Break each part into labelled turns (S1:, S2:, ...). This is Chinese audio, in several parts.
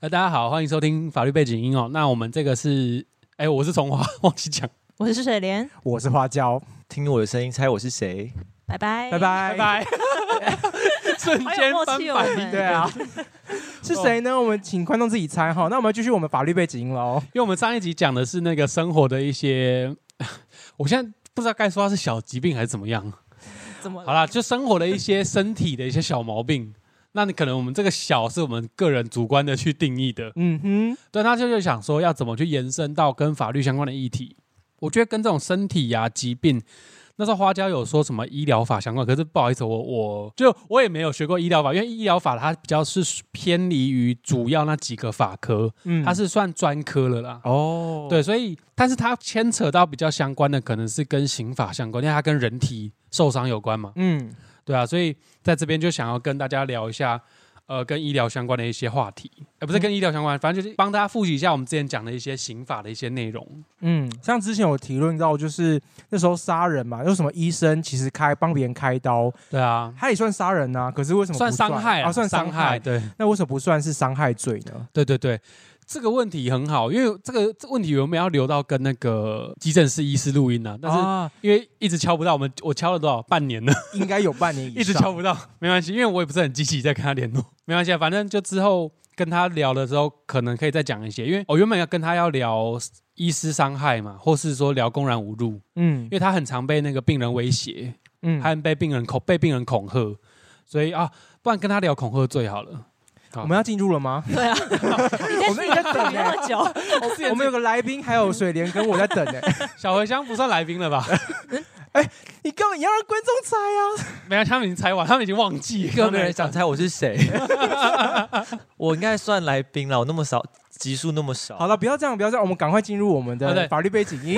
S1: 呃，大家好，欢迎收听法律背景音哦。那我们这个是，哎，我是从华， 忘记讲，
S2: 我是水莲，
S3: 我是花椒，
S4: 听我的声音猜我是谁？
S2: 拜拜
S3: 拜
S1: 拜
S3: 拜。
S1: 哎拜。瞬
S2: 好有
S1: 间
S2: 默
S1: 翻
S2: 契哦
S1: 版
S2: 我，们
S3: 对 啊，是谁呢？我们请观众自己猜哈。那我们继续我们法律背景喽。
S1: 因为我们上一集讲的是那个生活的一些， 我现在不知道该说它是小疾病还是怎么样。
S2: 怎么
S1: 好啦，就生活的一些身体的一些小毛病。那你可能我们这个小是我们个人主观的去定义的，
S3: 嗯
S1: 对，那就是想说要怎么去延伸到跟法律相关的议题。我觉得跟这种身体呀、疾病，那时候花椒有说什么医疗法相关，可是不好意思，我我就我也没有学过医疗法，因为医疗法它比较是偏离于主要那几个法科，
S3: 哼，嗯
S1: 它是算专科了啦。
S3: 哦，
S1: 对，所以但是它牵扯到比较相关的，可能是跟刑法相关，因为它跟人体受伤有关嘛。
S3: 嗯，
S1: 对啊，所以在这边就想要跟大家聊一下，呃，跟医疗相关的一些话题，呃，不
S3: 嗯
S1: 是跟医疗相关，反正就是帮大家复习一下我们之前讲的一些刑法的一些内容。
S3: 嗯，像之前有提论到，就是那时候杀人嘛，有什么医生其实开帮别人开刀，
S1: 对啊，
S3: 他也算杀人呐、可是为什么不
S1: 算伤害
S3: 啊？
S1: 啊，
S3: 算伤
S1: 伤
S3: 害，
S1: 对，
S3: 那为什么不算是伤害罪呢？
S1: 对对对。这个问题很好，因为这个这个问题我们要留到跟那个急诊室医师录音啊，但是
S3: 啊、
S1: 因为一直敲不到，我们我敲了多少半年了，
S3: 应该有半年以 上，
S1: 一直敲不到，没关系，因为我也不是很积极在跟他联络， 没关系，啊，反正就之后跟他聊的时候，可能可以再讲一些，因为哦我原本要跟他要聊医师伤害嘛，或是说聊公然侮辱，
S3: 嗯
S1: 因为他很常被那个病人威胁，
S3: 嗯，
S1: 还有被病人恐被病人恐吓，所以啊，不然跟他聊恐吓罪好了。好
S3: 我们要进入了吗？
S2: 对啊，
S3: 我们也在等
S2: 那
S3: 呢、
S2: 么久，
S3: 我们有个来宾，还有水莲跟我在等呢、欸
S1: 小茴香不算来宾了 吧？
S3: 你根本要让观众猜啊！
S1: 没有，他们已经猜完，他们已经忘记，
S4: 有没有人想猜我是谁？ 我应该算来宾了，我那么少集数那么少。
S3: 好
S4: 了，
S3: 了，不要这样，不要这样，我们赶快进入我们
S1: 啊对
S3: 的法律背景音。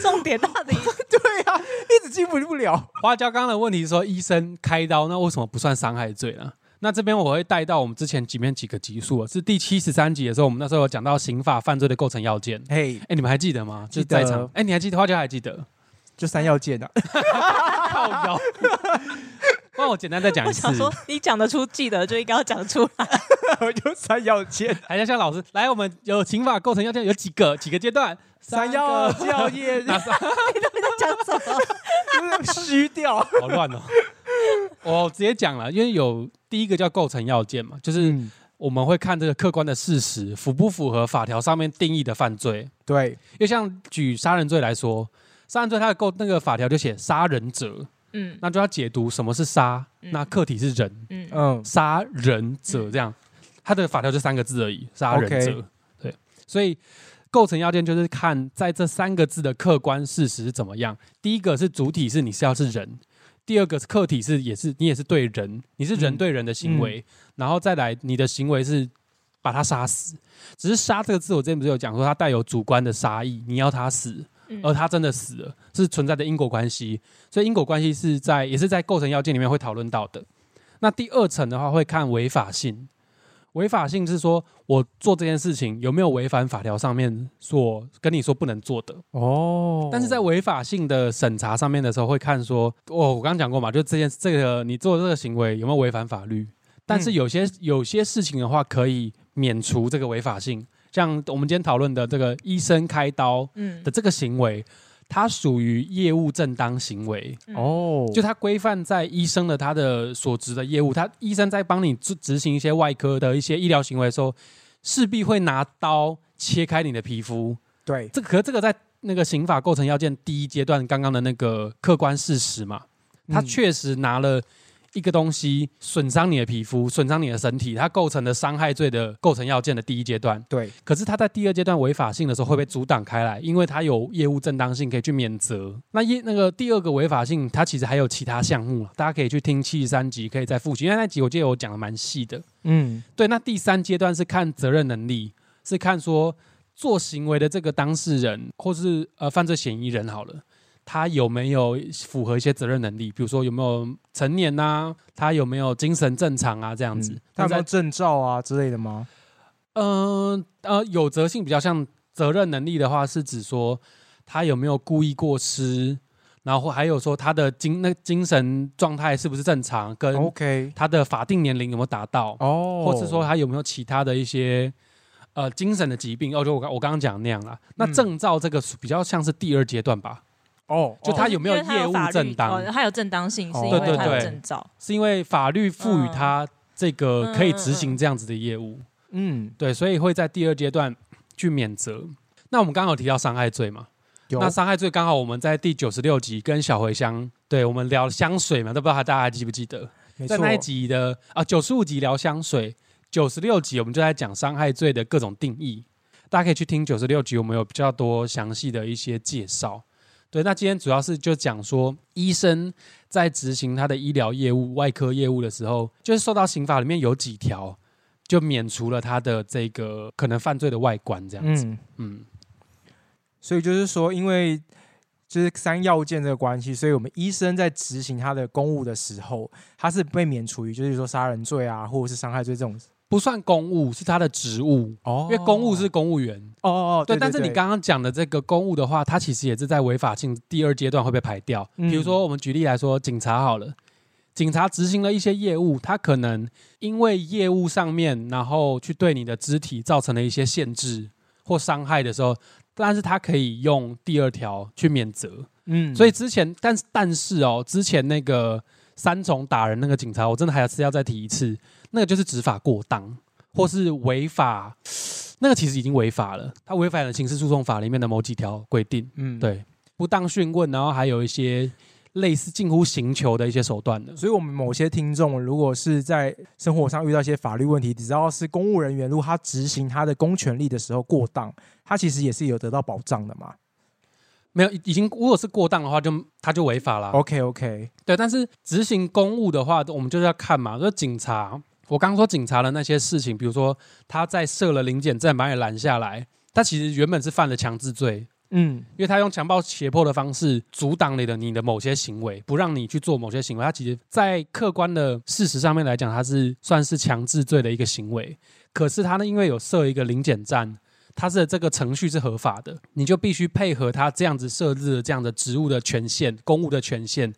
S2: 重点到底
S3: 对啊，一直进不不了。
S1: 花椒刚刚的问题是说医生开刀，那为什么不算伤害罪呢？那这边我会带到我们之前几面几个集数啊，是第七十三集的时候，我们那时候有讲到刑法犯罪的构成要件。
S3: 嘿，
S1: 哎、你们还记得吗？就
S3: 记
S1: 是
S3: 得
S1: 在场，哎、你还记得？花椒还记得？
S3: 就三要件啊。
S1: 靠 腰。那我简单再讲
S2: 我
S1: 一次
S2: 想，说，你讲得出记得就应该要讲出来。
S3: 有三要件，
S1: 还要像老师来，我们有刑法构成要件有几个几个阶段？
S3: 三
S1: 个
S3: 要教业
S1: 哪三
S2: 你在讲什么？
S3: 虚掉。
S1: 好乱哦！我直接讲了，因为有第一个叫构成要件嘛，就是
S3: 嗯，
S1: 我们会看这个客观的事实符不符合法条上面定义的犯罪。
S3: 对，
S1: 因为像举杀人罪来说，杀人罪它的构那个法条就写杀人者，
S2: 嗯
S1: 那就要解读什么是杀，
S2: 嗯
S1: 那客体是人，
S2: 嗯，
S3: 嗯，
S1: 杀人者这样，它的法条就三个字而已，杀人者。对，所以构成要件就是看在这三个字的客观事实是怎么样。第一个是主体是你是要是人，第二个是客体是也是你也是对人，你是人
S3: 嗯
S1: 对人的行为，然后再来你的行为是把他杀死。只是“杀”这个字，我之前不是有讲说它带有主观的杀意，你要他死，
S2: 嗯
S1: 而哦他真的死了，是存在的因果关系。所以因果关系是在也是在构成要件里面会讨论到的。那第二层的话会看违法性，违法性是说我做这件事情有没有违反法条上面所跟你说不能做的。
S3: 哦
S1: 但是在违法性的审查上面的时候，会看说，哦，我刚刚讲过嘛，就这件这个你做的这个行为有没有违反法律？但是有些有些事情的话，可以免除这个违法性，像我们今天讨论的这个医生开刀
S2: 嗯
S1: 的这个行为，它属于业务正当行为，
S3: 哦，
S1: 就它规范在医生的他的所执的业务，他医生在帮你执执行一些外科的一些医疗行为的时候，势必会拿刀切开你的皮肤。
S3: 对，
S1: 这个可是这个在那个刑法构成要件第一阶段刚刚的那个客观事实嘛，他
S3: 嗯
S1: 确实拿了一个东西损伤你的皮肤，损伤你的身体，它构成了伤害罪的构成要件的第一阶段。
S3: 对，
S1: 可是他在第二阶段违法性的时候会被阻挡开来，因为他有业务正当性可以去免责。那业那个第二个违法性，它其实还有其他项目啊，大家可以去听七十三集，可以再复习，因为那集我记得我讲的蛮细的。
S3: 嗯，
S1: 对，那第三阶段是看责任能力，是看说做行为的这个当事人或是呃犯罪嫌疑人好了，他有没有符合一些责任能力，比如说有没有成年呐、他有没有精神正常啊这样子
S3: 嗯。他有没有
S1: 在
S3: 证照啊之类的吗？
S1: 嗯呃有责性比较像责任能力的话，是指说他有没有故意过失，然后还有说他的精那精神状态是不是正常，跟
S3: OK，
S1: 呃他的法定年龄有没有达到。
S3: 哦，
S1: 或是说他有没有其他的一些呃精神的疾病，哦，就我刚我刚刚讲的那样啦。那
S3: 嗯
S1: 证照这个属比较像是第二阶段吧，
S3: 哦，
S1: 就他有没有
S2: 因为它
S1: 业务
S2: 法律
S1: 正当
S2: 哦，它有正当性，是因
S3: 哦
S1: 对
S2: 为它
S1: 对
S2: 有
S1: 对
S2: 证照。
S1: 是因为法律赋予
S2: 嗯
S1: 他这个可以
S2: 嗯嗯
S1: 执行这样子的业务，
S3: 嗯，
S1: 对，所以会在第二阶段去免责。那我们刚刚有提到伤害罪嘛？
S3: 有
S1: 那伤害罪刚好我们在第九十六集跟小茴香，对我们聊香水嘛，都不知道大家还记不记得？
S3: 没
S1: 在
S3: 错
S1: 那一集的啊九十五集聊香水，九十六集我们就在讲伤害罪的各种定义，大家可以去听九十六集，我们有比较多详细的一些介绍。对，那今天主要是就讲说，医生在执行他的医疗业务、外科业务的时候，就是受到刑法里面有几条就免除了他的这个可能犯罪的外观这样子。
S3: 嗯，
S1: 嗯，
S3: 所以就是说，因为就是三要件这个关系，所以我们医生在执行他的公务的时候，他是被免除于就是说杀人罪啊，或者是伤害罪这种。
S1: 不算公务，是他的职务，
S3: 哦
S1: 因为公务是公务员。
S3: 哦哦哦，
S1: 对，
S3: 对，
S1: 但是你
S3: 对
S1: 刚刚讲的这个公务的话，它其实也是在违法性第二阶段会被排掉。
S3: 嗯
S1: 比如说，我们举例来说，警察好了，警察执行了一些业务，他可能因为业务上面，然后去对你的肢体造成了一些限制或伤害的时候，但是他可以用第二条去免责。
S3: 嗯，
S1: 所以之前，但是但是哦，之前那个三重打人那个警察，我真的还是要再提一次，那个就是执法过当，或是违法， 那个其实已经违法了，他违反了刑事诉讼法里面的某几条规定，
S3: 嗯，
S1: 对，不当讯问，然后还有一些类似近乎刑求的一些手段的，
S3: 所以，我们某些听众如果是在生活上遇到一些法律问题，只要是公务人员，如果他执行他的公权力的时候过当，他其实也是有得到保障的嘛。
S1: 没有，已已经如果是过当的话，就他就违法了。
S3: OK OK，
S1: 对，但是执行公务的话，我们就是要看嘛，就是警察。我刚说警察的那些事情，比如说他在设了临检站把你拦下来，他其实原本是犯了强制罪，
S3: 嗯，
S1: 因为他用强暴胁迫的方式阻挡你的你的某些行为，不让你去做某些行为。他其实，在客观的事实上面来讲，他是算是强制罪的一个行为。可是他呢，因为有设一个临检站，他是这个程序是合法的，你就必须配合他这样子设置的这样的职务的权限、公务的权限，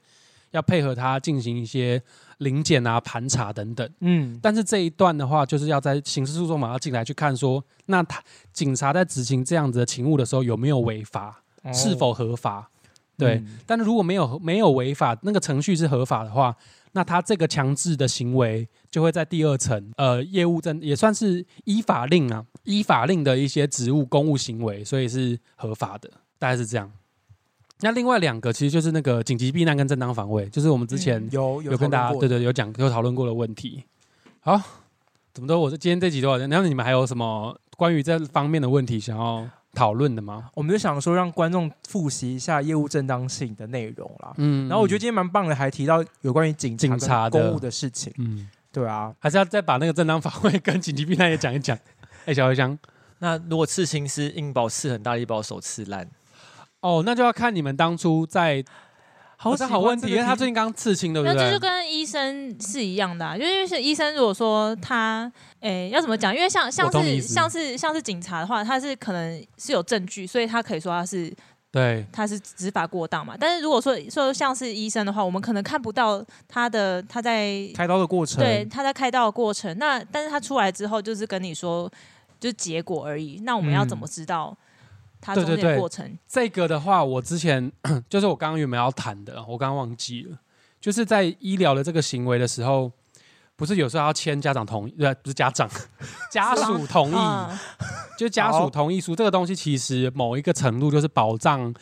S1: 要配合他进行一些临检啊、盘查等等。
S3: 嗯，
S1: 但是这一段的话，就是要在刑事诉讼法要进来去看说，那他警察在执行这样子的勤务的时候有没有违法？
S3: 哦
S1: 是否合法。对，
S3: 嗯
S1: 但是如果没有没有违法，那个程序是合法的话，那他这个强制的行为就会在第二层，呃，业务证也算是依法令啊，依法令的一些职务公务行为，所以是合法的，大概是这样。那另外两个其实就是那个紧急避难跟正当防卫，就是我们之前
S2: 嗯
S3: 有有
S1: 有跟大
S3: 讨
S1: 家
S3: 论过
S1: 对对有讲有讨论过的问题。好，怎么都我这今天这集多少然后你们还有什么关于这方面的问题想要讨论的吗？
S3: 我们就想说让观众复习一下业务正当性的内容啦。
S1: 嗯，
S3: 然后我觉得今天蛮棒的，还提到有关于警察
S1: 警察
S3: 跟
S1: 的
S3: 公务的事情。
S1: 嗯。
S3: 对啊，
S1: 还是要再把那个正当防卫跟紧急避难也讲一 讲。哎、小茴香，
S4: 那如果刺青是硬把我刺很大力，把我手刺烂，
S1: 哦，那就要看你们当初在，
S3: 好
S1: 哦这好问题，因为他最近刚刺青，对不
S2: 那这
S1: 对
S2: 就？跟医生是一样的、啊，因为是医生，如果说他，诶、要怎么讲？因为像像
S1: 我懂你意
S2: 是
S1: 思
S2: 像是像是警察的话，他是可能是有证据，所以他可以说他是
S1: 对，
S2: 他是执法过当嘛。但是如果说说像是医生的话，我们可能看不到他的他在
S3: 开刀的过程，
S2: 对他在开刀的过程，那但是他出来之后就是跟你说就是结果而已。那我们要怎么知道他
S1: 嗯对
S2: 中
S1: 对
S2: 间的
S1: 对
S2: 过程？
S1: 这个的话，我之前 就是我刚刚原本要谈的，我刚刚忘记了，就是在医疗的这个行为的时候，不是有时候要签家长同意，对，不是家 长，家属同意，
S2: 嗯，
S1: 就家
S3: 好
S1: 属同意书这个东西，其实某一个程度就是保障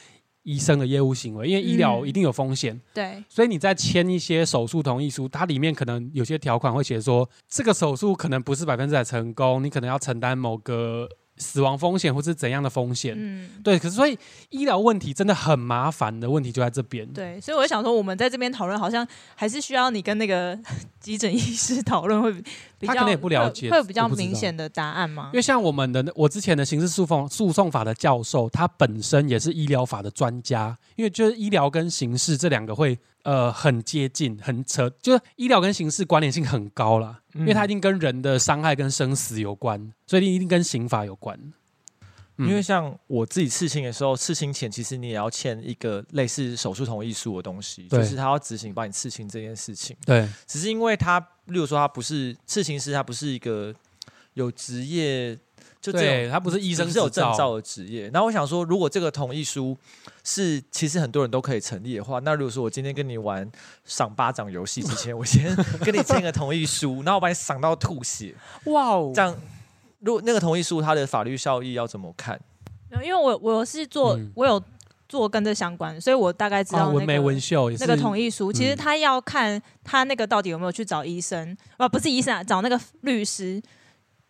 S1: 医生的业务行为，因为医疗
S2: 嗯
S1: 一定有风险。
S2: 对，
S1: 所以你在签一些手术同意书，它里面可能有些条款会写说，这个手术可能不是百分之百成功，你可能要承担某个死亡风险或是怎样的风险。
S2: 嗯。
S1: 对，可是所以医疗问题真的很麻烦的问题就在这边。
S2: 对，所以我就想说，我们在这边讨论，好像还是需要你跟那个 急诊医师讨论，会比比
S1: 他
S2: 较
S1: 可能也不了解
S2: 会会有比
S1: 我
S2: 较
S1: 不知道
S2: 明显的答案吗
S1: 因？为像我们的我之前的刑事诉讼诉讼法的教授，他本身也是医疗法的专家，因为就是医疗跟刑事这两个会呃很接近，很扯，就是医疗跟刑事关联性很高啦，
S3: 嗯
S1: 因为它一定跟人的伤害跟生死有关，所以一定跟刑法有关。嗯
S4: 因为像我自己刺青的时候，刺青前其实你也要签一个类似手术同意书的东西，
S1: 对
S4: 就是他要执行帮你刺青这件事情。
S1: 对，
S4: 只是因为他，例如说他不是刺青师，他不是一个有职业就这种
S1: 对他不是医
S4: 医
S1: 生
S4: 是有
S1: 执哦
S4: 证照的职业。然后我想说，如果这个同意书是其实很多人都可以成立的话，那如果说我今天跟你玩赏巴掌游戏之前，我先跟你签个同意书，然后我把你赏到吐血，
S3: 哇哦
S4: 这，样如果那个同意书它的法律效益要怎么看？
S2: 没有因为我我是做、
S1: 嗯
S2: 我有做跟这相关，所以我大概知道、那
S1: 啊，
S2: 个
S1: 文梅文秀也是
S2: 那个同意书，其实
S1: 嗯
S2: 他要看他那个到底有没有去找医生，啊，不是医生、啊，找那个律师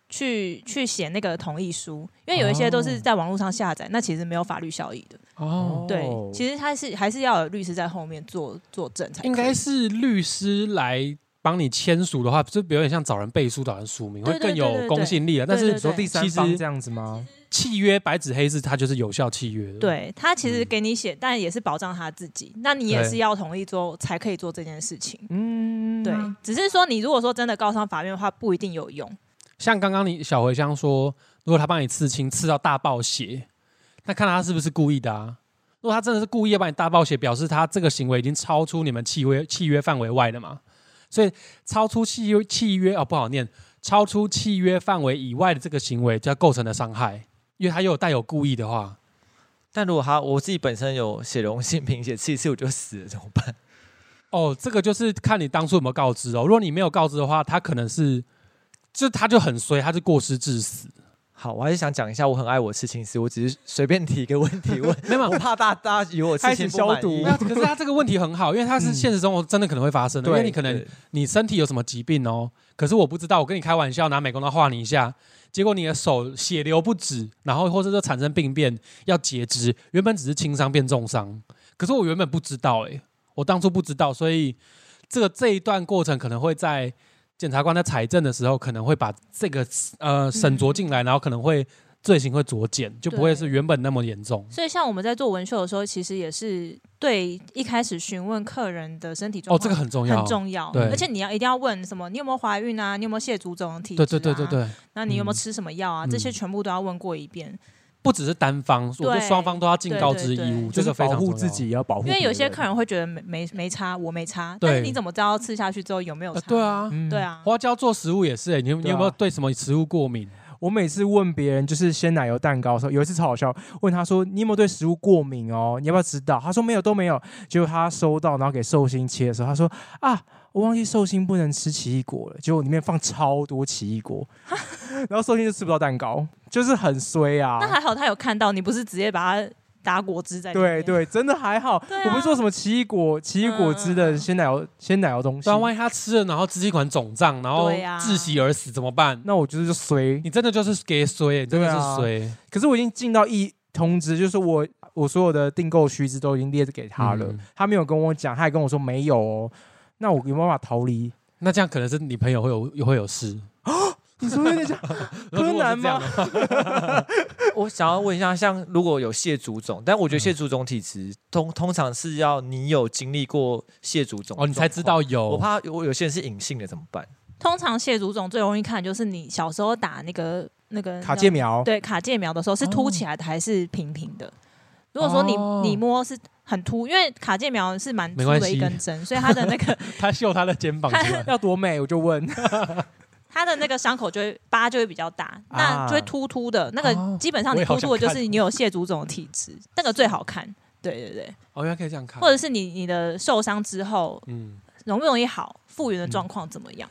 S2: 去去写那个同意书，因为有一些都是在网络上下载，那其实没有法律效益的。
S1: 哦，
S2: 对，其实他是还是要有律师在后面做作证才可以
S1: 应该是律师来帮你签署的话，就有点像找人背书、找人署名，会
S2: 对对
S1: 更有
S2: 对对
S1: 公信力啊。但
S2: 对
S1: 是
S3: 你说第三
S1: 其
S3: 方
S1: 实
S3: 这样子吗？
S1: 契约白纸黑字，它就是有效契约。，
S2: 对他其实
S1: 嗯
S2: 给你写，但也是保障他自己。那你也
S1: 对
S2: 是要同意做才可以做这件事情。
S3: 嗯，
S2: 对，只是说你如果说真的告上法院的话，不一定有用。
S1: 像刚刚你小茴香说，如果他帮你刺青，刺到大爆血，那看他是不是故意的啊？如果他真的是故意要把你大爆血，表示他这个行为已经超出你们契约契约范围外了嘛？所以超出契约契约哦，不好念，超出契约范围以外的这个行为，就要构成的伤害，因为他又有带有故意的话。
S4: 但如果他我自己本身有血溶性贫血，其实我就死了，怎么办？
S1: 哦，这个就是看你当初有没有告知哦。如果你没有告知的话，他可能是，就他就很衰，他就过失致死。
S4: 好，我还是想讲一下，我很爱我刺青师，我只是随便提一个问 题问，
S1: 没有，
S4: 我怕大大家以为我刺青不满意
S1: 没有。可是他这个问题很好，因为他是现实生活真的可能会发生的，因
S3: 对
S1: 为你可能
S4: 对
S1: 你身体有什么疾病哦，可是我不知道，我跟你开玩笑拿美工刀划你一下，结果你的手血流不止，然后或者就产生病变要截肢，原本只是轻伤变重伤，可是我原本不知道、欸，我当初不知道，所以这个这一段过程可能会在检察官在采证的时候，可能会把这个呃审酌进来，然后可能会罪行会酌减，就不会
S2: 对
S1: 是原本那么严重。
S2: 所以像我们在做文秀的时候，其实也是对一开始询问客人的身体状
S1: 哦，
S2: 况、
S1: 这个很重要，
S2: 很重要，
S1: 对
S2: 而且你要一定要问什么，你有没有怀孕啊？你有没有蟹足肿体
S1: 对
S2: 质、啊？
S1: 对对对对。
S2: 那你有没有
S1: 嗯
S2: 吃什么药啊？这些
S1: 嗯
S2: 全部都要问过一遍，
S1: 不只是单方，我觉得
S2: 对
S1: 双方都要尽告知义
S2: 对对
S1: 务，
S2: 对
S1: 这
S3: 就是
S1: 个非
S3: 保
S1: 常重
S3: 护
S1: 要
S3: 自己，也要保护。
S2: 因为有些客，人会觉得没没没差，我没差，
S1: 对
S2: 但是你怎么知道吃下去之后有没有
S1: 呃
S2: 差？
S1: 对，啊，
S3: 嗯
S2: 对。啊，
S1: 花椒做食物也是、欸，你有你
S3: 对啊
S1: 有没有对什么食物过敏？
S3: 我每次问别人就是鲜奶油蛋糕的时候，有一次超好笑，问他说你有没有对食物过敏哦？你要不要知道？他说没有，都没有。结果他收到，然后给寿星切的时候，他说啊，我忘记寿星不能吃奇异果了，结果里面放超多奇异果， 然后寿星就吃不到蛋糕，就是很衰啊
S2: 那。还好他有看到，你不是直接把它打果汁在里
S3: 对
S2: 面？
S3: 对，真的还好，
S2: 对啊
S3: 我不是做什么奇异果、奇异果汁的
S2: 嗯
S3: 鲜奶油、鲜奶油东西
S1: 对啊，，万一他吃了然后支气管肿胀，然后
S2: 对啊
S1: 窒息而死怎么办？
S3: 那我就是就衰。
S1: 你真的就是给衰、欸你真的是衰。
S3: 可是我已经尽到一通知，就是我我所有的订购须知都已经列给他了，
S1: 嗯
S3: 他没有跟我讲，他还跟我说没有哦。那我有没有办法逃离？
S1: 那这样可能是你朋友会有会有事。
S3: 你说有点像柯南吗？
S4: 我想要问一下，像如果有蟹足肿，但
S1: 嗯
S4: 我觉得蟹足肿体质通通常是要你有经历过蟹足肿
S1: 哦，你才知。道有。
S4: 我怕我有些人是隐性的怎么办？
S2: 通常蟹足肿最容易看的就是你小时候打那个那个
S3: 卡介苗，。
S2: 对卡介苗的时候是凸起来的还是平平的？如果说你、
S1: 哦
S2: 你摸是很凸，因为卡介苗是蛮
S1: 没
S2: 粗
S1: 关
S2: 的一
S1: 系
S2: 根针，所以它的 那个
S1: 他秀他的肩膀出来
S3: 要多美我就问。
S2: 它的那个伤口就会疤就会比较大，那就会突突的。那
S1: 啊哦
S2: 个基本上你突突
S1: 我
S2: 的
S1: 也好
S2: 就
S1: 想
S2: 是你有蟹足肿的体质，那个最好看。对对对，
S1: 哦，原来可以这样看
S2: 或。者是你你的受伤之后
S1: 嗯，
S2: 容不容易好，复原的状况怎么样？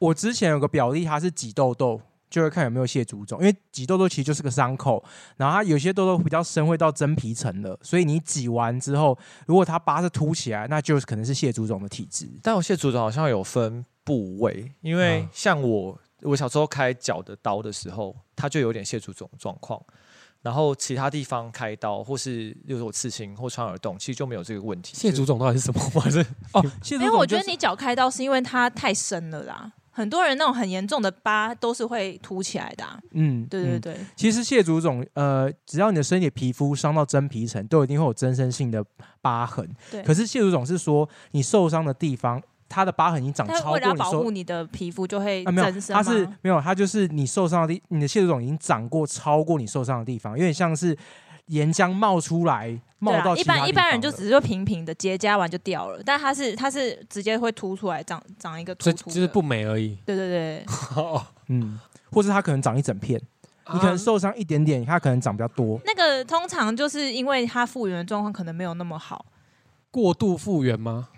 S3: 我之前有个表弟，他是挤痘痘，就会看有没有蟹足肿，因为挤痘痘其实就是个伤口，然后它有些痘痘比较深，会到真皮层了，所以你挤完之后，如果它疤是凸起来，那就可能是蟹足肿的体质。
S4: 但我蟹足肿好像有分部位，因为
S1: 嗯
S4: 像我我小时候开脚的刀的时候，它就有点蟹足肿状况。然后其他地方开刀，或是例如说我刺青或穿耳洞，其实就没有这个问题。
S1: 蟹足肿到底是什么？ 我还是
S3: 蟹足
S2: 没
S3: 肿、
S2: 有，我觉得你脚开刀是因为它太深了啦。很多人那种很严重的疤都是会凸起来的、啊，
S3: 嗯，
S2: 对
S3: 嗯
S2: 对对，
S3: 其实蟹足肿，呃，只要你的身体皮肤伤到真皮层，都一定会有增生性的疤痕。
S2: 对
S3: 可是蟹足肿是说你受伤的地方，它的疤痕已经长
S2: 它
S3: 超
S2: 为
S3: 过
S2: 了要
S3: 你
S2: 保护
S3: 受。
S2: 你的皮肤，就会
S3: 啊，没有
S2: 增，生
S3: 它
S2: 吗
S3: 是没有，它就是你受伤的地，你的蟹足肿已经长过超过你受伤的地方，有点像是岩浆冒出来，冒
S2: 对
S3: 到
S2: 啊，
S3: 其
S2: 一
S3: 他
S2: 般
S3: 地
S2: 一般人
S3: 方
S2: 就
S3: 了
S2: 只是说平平的结痂完就掉了，但它是它是直接会凸出来，长长一个凸
S1: 所以
S2: 凸的，
S1: 就是不美而已。
S2: 对对对，
S1: 哦
S3: 嗯，或是它可能长一整片，
S1: 啊
S3: 你可能受伤一点点，它可能长比较多。
S2: 那个通常就是因为它复原的状况可能没有那么好，
S1: 过度复原吗？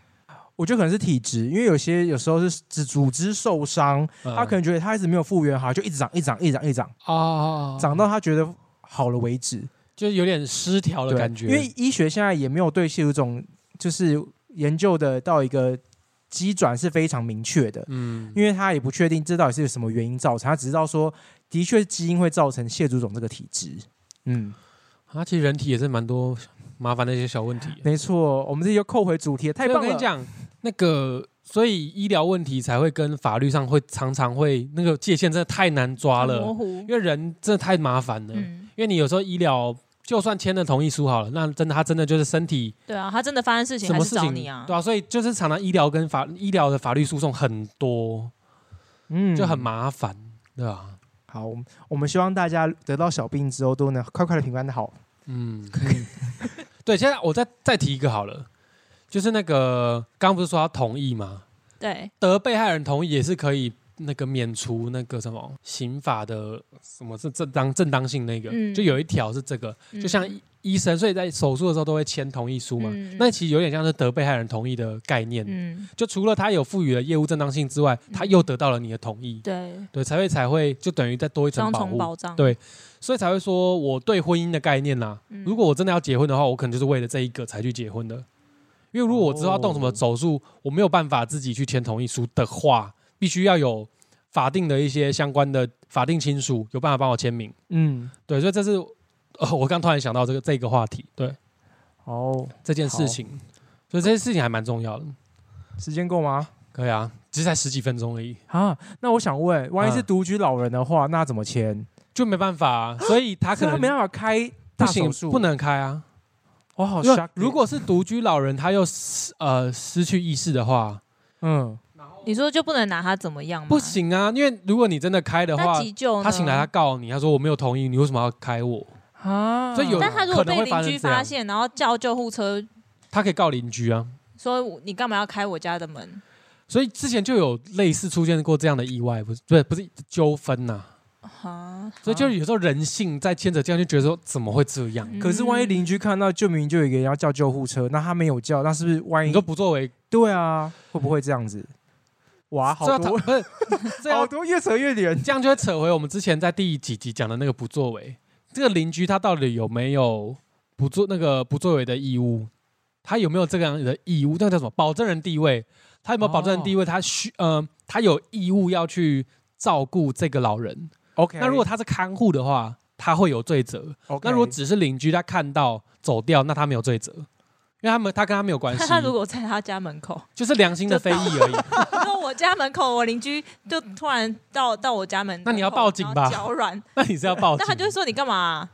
S3: 我觉得可能是体质，因为有些有时候是指组织受伤，他
S1: 它
S3: 可能觉得他一直没有复原好，就一直长，一直长，一直长，一直长，
S1: 啊，
S3: 长到他觉得好了为止。
S1: 就是有点失调的
S3: 对
S1: 感觉，
S3: 因为医学现在也没有对谢乳肿就是研究的到一个基转是非常明确的，
S1: 嗯，
S3: 因为他也不确定这到底是什么原因造成，他只知道说的确基因会造成蟹足肿这个体质。嗯，
S1: 啊，其实人体也是蛮多麻烦的一些小问题。
S3: 没错，我们这就扣回主题，太
S1: 所以我
S3: 棒
S1: 跟你
S3: 了。
S1: 讲，那个所以医疗问题才会跟法律上会常常会那个界限真的太难抓
S2: 很模
S1: 了，
S2: 糊
S1: 因。为人真的太麻烦了。
S2: 嗯，
S1: 因为你有时候医疗就算签了同意书好了，那真的他真的就是身体
S2: 对啊，他真的发生事情
S1: 什
S2: 还
S1: 么
S2: 是
S1: 事
S2: 找
S1: 情
S2: 你啊
S1: 对。啊，所以就是常常医疗跟法医疗的法律诉讼很多，
S3: 嗯
S1: 就很麻烦，对吧？
S3: 好。我们我们希望大家得到小病之后都能快快的平安的好。
S1: 嗯，对。现在我再再提一个好了，就是那个刚刚不是说要同意吗？
S2: 对，
S1: 得被害人同意也是可以那个免除那个什么刑法的什么是正当正当性那个，
S2: 嗯
S1: 就有一条是这个，就像医医生，所以在手术的时候都会签同意书嘛。
S2: 嗯
S1: 那其实有点像是得被害人同意的概念，
S2: 嗯，
S1: 就除了他有赋予了业务正当性之外，他又得到了你的同意，
S2: 对，
S1: 对，才会才会就等于再多一层
S2: 双
S1: 保
S2: 重
S1: 护，
S2: 保障。
S1: 对所以才会说我对婚姻的概念呐、啊
S2: 嗯
S1: 如果我真的要结婚的话，我可能就是为了这一个才去结婚的。因为如果我之后要动什么
S3: 哦
S1: 手术，我没有办法自己去签同意书的话，必须要有法定的一些相关的法定亲属有办法帮我签名。
S3: 嗯，
S1: 对，所以这是 呃，我刚突然想到这个这个话题，对
S3: 哦，
S1: 这件
S3: 好
S1: 事情，所以这件事情还蛮重要的。
S3: 时间够吗？
S1: 可以啊，其实才十几分钟而已，
S3: 啊，那我想问，万一是
S1: 嗯
S3: 独居老人的话，那怎么签？
S1: 就没办法、 啊，所以他
S3: 他
S1: 可
S3: 可
S1: 能
S3: 能没办法开
S1: 不
S3: 大
S1: 行
S3: 手，术，
S1: 不。能开啊。
S3: 我哦好
S1: 因为
S3: shock。
S1: 如果是独居老人，他又失呃失去意识的话，
S3: 嗯，
S2: 你说就不能拿他怎么样吗？
S1: 不，行啊，因为如果你真的开的话
S2: 嗯那，急救呢
S1: 他醒来他告你，他说我没有同意，你为什么要开我？
S3: 啊，
S1: 所以有
S2: 但他如果
S1: 可能
S2: 被
S1: 会发
S2: 邻
S1: 生
S2: 居
S1: 这样
S2: 发现，然后叫救护车，
S1: 他可以告邻居啊。
S2: 说你干嘛要开我家的门？
S1: 所以之前就有类似出现过这样的意外，不是不是不是纠纷呐、
S2: 啊，
S1: 所以就是有时候人性在牵扯这样，就觉得说怎么会这样？
S3: 可是万一邻居看到，就明明就有一个人要叫救护车，那他没有叫，那是不是万
S1: 你
S3: 一
S1: 都？不作为，
S3: 对啊，会不会这样子？哇，好
S1: 这要讨
S3: 多
S1: 不是 这
S3: 好
S1: 要
S3: 多，越扯越远。
S1: 这样就会扯回我们之前在第几集讲的那个不作为。这个邻居他到底有没有不作那个不作为的义务？他有没有这个样的义务？那个叫什么保证人地位？他有没有保证人地位？他需
S2: 哦
S1: 呃，他有义务要去照顾这个老人。
S3: OK，
S1: 那如果他是看护的话，他会有罪责。
S3: OK，
S1: 那如果只是邻居，他看到走掉，那他没有罪责，因为他们他跟他没有关系
S2: 他，他如果在他家门 口，
S1: 就是良心的非议而已。
S2: 那我家门口，我邻居就突然到到我家门口，
S1: 那你要报警吧
S2: 然后脚软，
S1: 那你是要报
S2: 那
S1: 警？
S2: 他就会说你干嘛啊？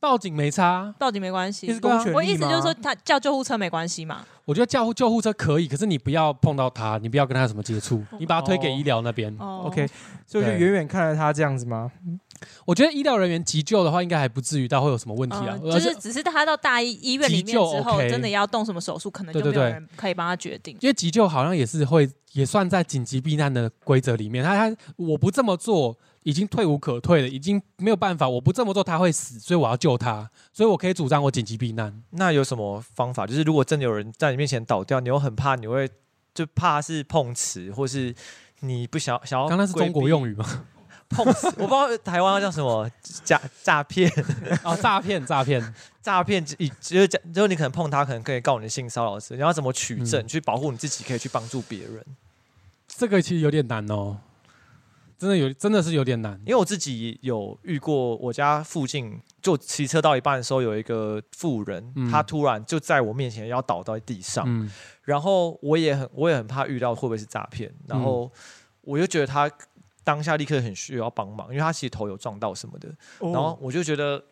S1: 报警没差啊。
S2: 报警没关系哦
S3: 这。是公权力吗
S2: 我意思就是说，他叫救护车没关系嘛。
S1: 我觉得叫护救护车可以，可是你不要碰到他，你不要跟他有什么接 触，你把他推给医疗那边。
S2: 哦
S3: OK，所以我就
S1: 对
S3: 远远看着他这样子吗？
S1: 我觉得医疗人员急救的话，应该还不至于到会有什么问题
S4: 哦
S1: 啊。
S2: 嗯
S1: 而
S2: 就是
S1: 且
S2: 只是他到大医医院里面
S1: 急救
S2: 之后，
S1: OK
S2: 真的要动什么手术，可能就
S1: 对对
S2: 没有
S1: 对
S2: 人可以帮他决定。
S1: 因为急救好像也是会也算在紧急避难的规则里面，他他我不这么做已经退无可退了，已经没有办法，我不这么做他会死，所以我要救他，所以我可以主张我紧急避难。
S4: 那有什么方法？就是如果真的有人在你面前倒掉，你又很怕，你会就怕是碰瓷，或是你不想想要
S1: 刚才是
S4: 哦规
S1: 中国
S4: 避
S1: 用语吗？
S4: 碰瓷， 我不知道台湾叫什么诈诈骗，
S1: 哦，诈骗诈骗，
S4: 诈骗只就是讲，就是你可能碰他，可能可以告你性骚扰之类，你要怎么取证、
S1: 嗯
S4: 去保护你自己，可以去帮助别人。
S1: 这个其实有点难哦，真的有真的是有点难
S4: 因。为我自己有遇过，我家附近就骑车到一半的时候，有一个妇人，
S1: 嗯
S4: 她突然就在我面前要倒到地上，
S1: 嗯，
S4: 然后我也很我也很怕遇到会不会是诈骗，然后
S1: 嗯
S4: 我就觉得她当下立刻很需要帮忙，因为她其实头有撞到什么的，
S3: 然
S1: 哦
S4: 然后我就觉得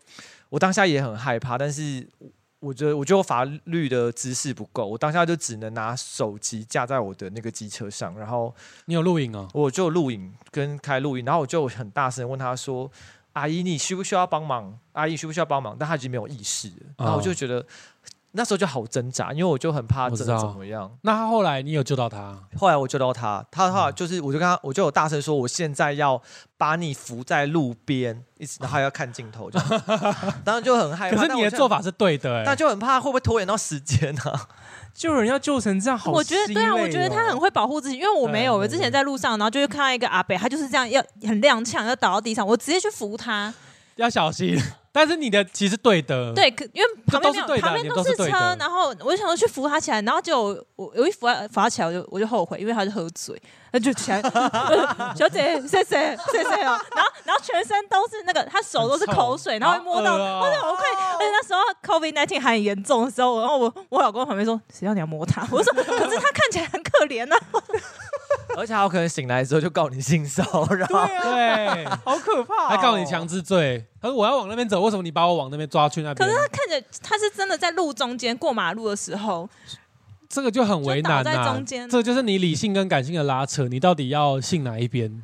S4: 我当下也很害怕，但是我我觉得我觉得我法律的知识不够，我当下就只能拿手机架在我的那个机车上，然后
S1: 你有录影哦？
S4: 我就录影跟开录影，然后我就很大声问他说：“阿姨，你需不需要帮忙？阿姨需不需要帮忙？”但他已经没有意识了，然后我就觉得那时候就好挣扎，因为我就很怕
S1: 我
S4: 真
S1: 知
S4: 的
S1: 道
S4: 怎么样。
S1: 那他后来你有救到他？
S4: 后来我救到他，他
S1: 嗯
S4: 后来就是我就跟他，我就有大声说，我现在要把你扶在路边，一直然后还要看镜头，这样 当然就很害
S1: 可
S2: 哎
S4: 怕。
S1: 是
S4: 但
S1: 你
S4: 我
S1: 的
S4: 就
S1: 做法是对的、
S4: 但
S1: 欸，
S4: 就很怕会不会拖延到时间啊？
S3: 救人要救成这样，好、哦
S2: 我觉得对啊，我觉得他
S1: 哦
S2: 很。会保护自己，因为我没有，
S3: 对
S2: 我之前在路上，然后就会看到一个阿北，他就是这样要很踉跄，要倒到地上，我直接去扶他。
S1: 要小心。 但是你的其实对的，，
S2: 对，可因为旁边没
S1: 嗯这都是对的
S2: 有，旁边
S1: 你们都是
S2: 是
S1: 对的
S2: 车，然后我就想说去扶他起来，然后就我我一扶他扶他起来，我就我就后悔，因为他就喝醉，他就起来， 小姐谢谢谢谢哦，然后然后全身都是那个，他手都是口水，然后会摸到，
S1: 好恶啊
S2: 我想我快，而且那时候 COVID nineteen 还很严重的时候，然后我我老公在旁边说，谁让你要摸他？ 我说可是他看起来很可怜呐、啊
S4: 而且还有可能醒来之后就告你性骚扰，
S1: 对，啊
S2: 啊
S3: 好可怕、
S1: 还告你强，制罪。他说我要往那边走，为什么你把我往那边抓去那
S2: 可
S1: 边
S2: 是？他看着他是真的在路中间过马路的时候，
S1: 这个就很为难
S2: 就
S1: 呐、
S2: 倒在中间
S1: 这就是你理性跟感性的拉扯，你到底要信哪一边？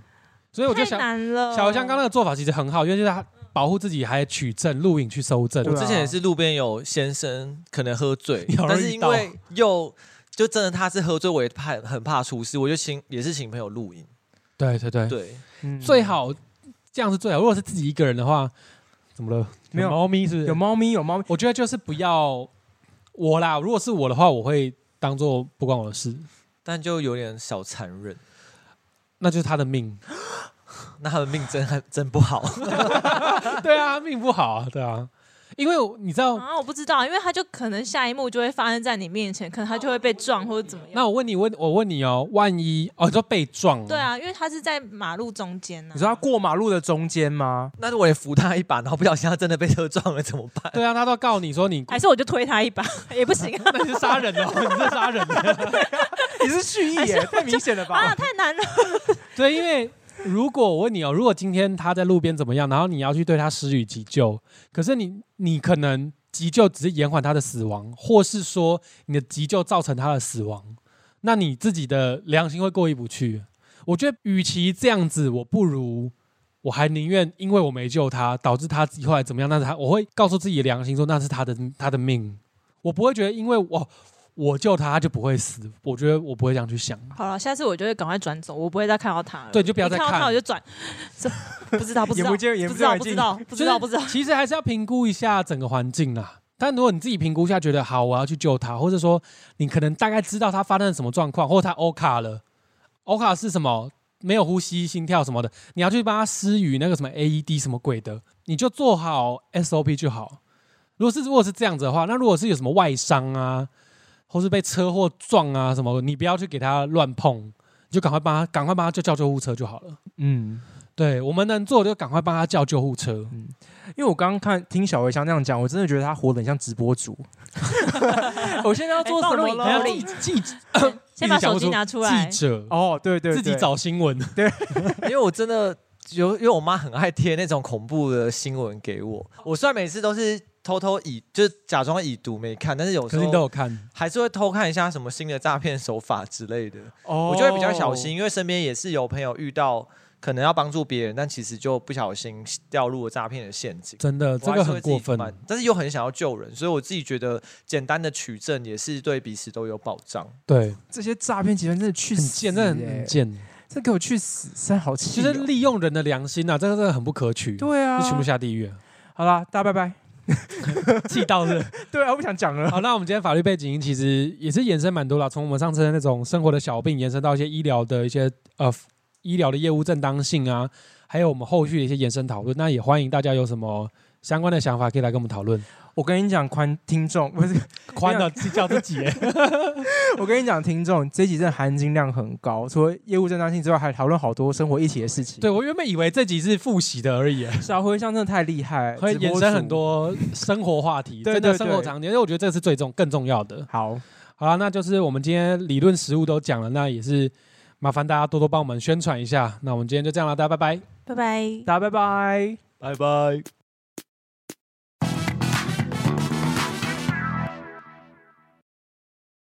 S1: 所以我就
S2: 太
S1: 想，
S2: 难了。
S1: 小香刚那个做法其实很好，因为就是他保护自己，还取证、录影去收证
S3: 对
S4: 我。
S3: 啊
S4: 之前也是路边有先生可能喝醉
S1: 你好，容
S4: 但
S1: 易
S4: 是因为又就真的他是喝醉，我也怕很怕出事，我就请也是请朋友录影。
S1: 对对对，
S4: 对，
S3: 嗯
S1: 最好这样是最好。如果是自己一个人的话，怎么了？
S3: 没有
S1: 猫咪是不是
S3: 有？猫咪，有猫咪，
S1: 我觉得就是不要我啦。如果是我的话，我会当做不关我的事，
S4: 但就有点小残忍，
S1: 那就是他的命。
S4: 那他们命真很真不好。
S1: 对啊，命不好啊，对啊，因为我你知
S3: 哦
S1: 道，
S2: 啊，我不知道，因为他就可能下一幕就会发生在你面前，可能他就会被撞或者怎么样。
S3: 哦
S1: 那我问你，问我问你哦，万一哦，你说被撞了，
S2: 对啊，因为他是在马路中间呢、啊
S3: 你说它过马路的中间吗？
S4: 那如果你扶他一把，然后不小心他真的被车撞了怎么办？
S1: 对啊，他都告你说你
S2: 还是我就推他一把也不行 啊，
S1: 那你是杀人哦，你是杀人哦。
S3: 你是蓄意耶，太明显了
S2: 啊
S3: 吧？
S2: 太难了。
S1: 对，因为如果我问你哦，如果今天他在路边怎么样，然后你要去对他施予急救，可是你你可能急救只是延缓他的死亡，或是说你的急救造成他的死亡，那你自己的良心会过意不去。我觉得，与其这样子，我不如。我还宁愿因为我没救他，导致他自己后来怎么样？那是他，我会告诉自己的良心说那是他的他的命，我不会觉得因为我我救他他就不会死。我觉得我不会这样去想。
S2: 好了，下次我就会赶快转走，我不会再看到他了。
S1: 对你就不要再
S2: 一看到
S1: 看
S2: 他我就转，这不知道不知
S3: 眼
S2: 道
S3: 不见眼
S2: 不
S3: 不
S2: 知
S3: 见
S2: 道
S3: 为
S2: 不知
S3: 净。
S2: 道不知道不知道。
S1: 其实还是要评估一下整个环境啦。但如果你自己评估一下，觉得好，我要去救他，或者说你可能大概知道他发生了什么状况，或者他欧卡了，欧卡是什么？没有呼吸、心跳什么的，你要去帮他施予那个什么 AED 什么鬼的，你就做好 SOP 就好。如果是如果是这样子的话，那如果是有什么外伤啊，或是被车祸撞啊什么，你不要去给他乱碰，你就赶快帮他赶快帮他叫叫救护车就好了。
S3: 嗯，
S1: 对我们能做的就赶快帮他叫救护车。
S3: 因为我刚刚看听小茴香那样讲，我真的觉得他活得很像直播主。我现在要做
S2: 哎帮我
S3: 什么
S2: 录影
S1: 还
S3: 了
S1: 要
S2: 帮我？录
S1: 记记
S2: 先把
S1: 自己想
S2: 手
S1: 不
S2: 机拿出来
S1: 记，者
S3: 哦，对对，
S1: 自己
S3: 对。
S1: 找新闻，
S4: 因为我真的有，因为我妈很爱贴那种恐怖的新闻给我。我虽然每次都是偷偷已，就是假装已读没看，但是有时
S1: 可是你都
S4: 候
S1: 有看，
S4: 还是会偷看一下什么新的诈骗手法之类的。
S3: 哦
S4: 我就会比较小心，。因为身边也是有朋友遇到可能要帮助别人，但其实就不小心掉入了诈骗的陷阱。
S1: 真的这
S4: 我还
S1: 个
S4: 是会
S1: 很
S4: 自己
S1: 过分。
S4: 慢，但是又很想要救人，所以我自己觉得简单的取证也是对彼此都有保障。
S1: 对，
S3: 这些诈骗集团真的去
S1: 很
S3: 死耶，
S1: 贱，真的很贱，
S3: 这给我去死，真的好气
S1: 就
S3: 哦。
S1: 是利用人的良心啊，这个真的很不可取，就
S3: 对啊，
S1: 全部下地狱啊，
S3: 好啦，大家拜拜。
S1: 气到了。
S3: 对啊，我不想讲了。
S1: 好，那我们今天法律背景其实也是延伸蛮多了，从我们上次的那种生活的小病，延伸到一些医疗的一些呃医疗的业务正当性啊，还有我们后续的一些延伸讨论。那也欢迎大家有什么相关的想法，可以来跟我们讨论。
S3: 我跟你讲，宽听众 不是，
S1: 宽的计较自己耶，
S3: 我跟你讲，听众这一集真的含金量很高，除了业务正当性之外，还讨论好多生活一体的事 情。
S1: 对，我原本以为这集是复习的而已耶，
S3: 小茴香真的太厉害，
S1: 会
S3: 直播
S1: 衍生
S3: 主
S1: 很。多生活话题，
S3: 对
S1: 真的
S3: 对
S1: 生活
S3: 对
S1: 场景，因为我觉得这是最重更重要的。
S3: 好，
S1: 好了，那就是我们今天理论实务都讲了，那也是麻烦大家多多帮我们宣传一下。那我们今天就这样了，大家拜拜。
S2: 拜拜。
S3: 大家拜拜。
S4: 拜拜。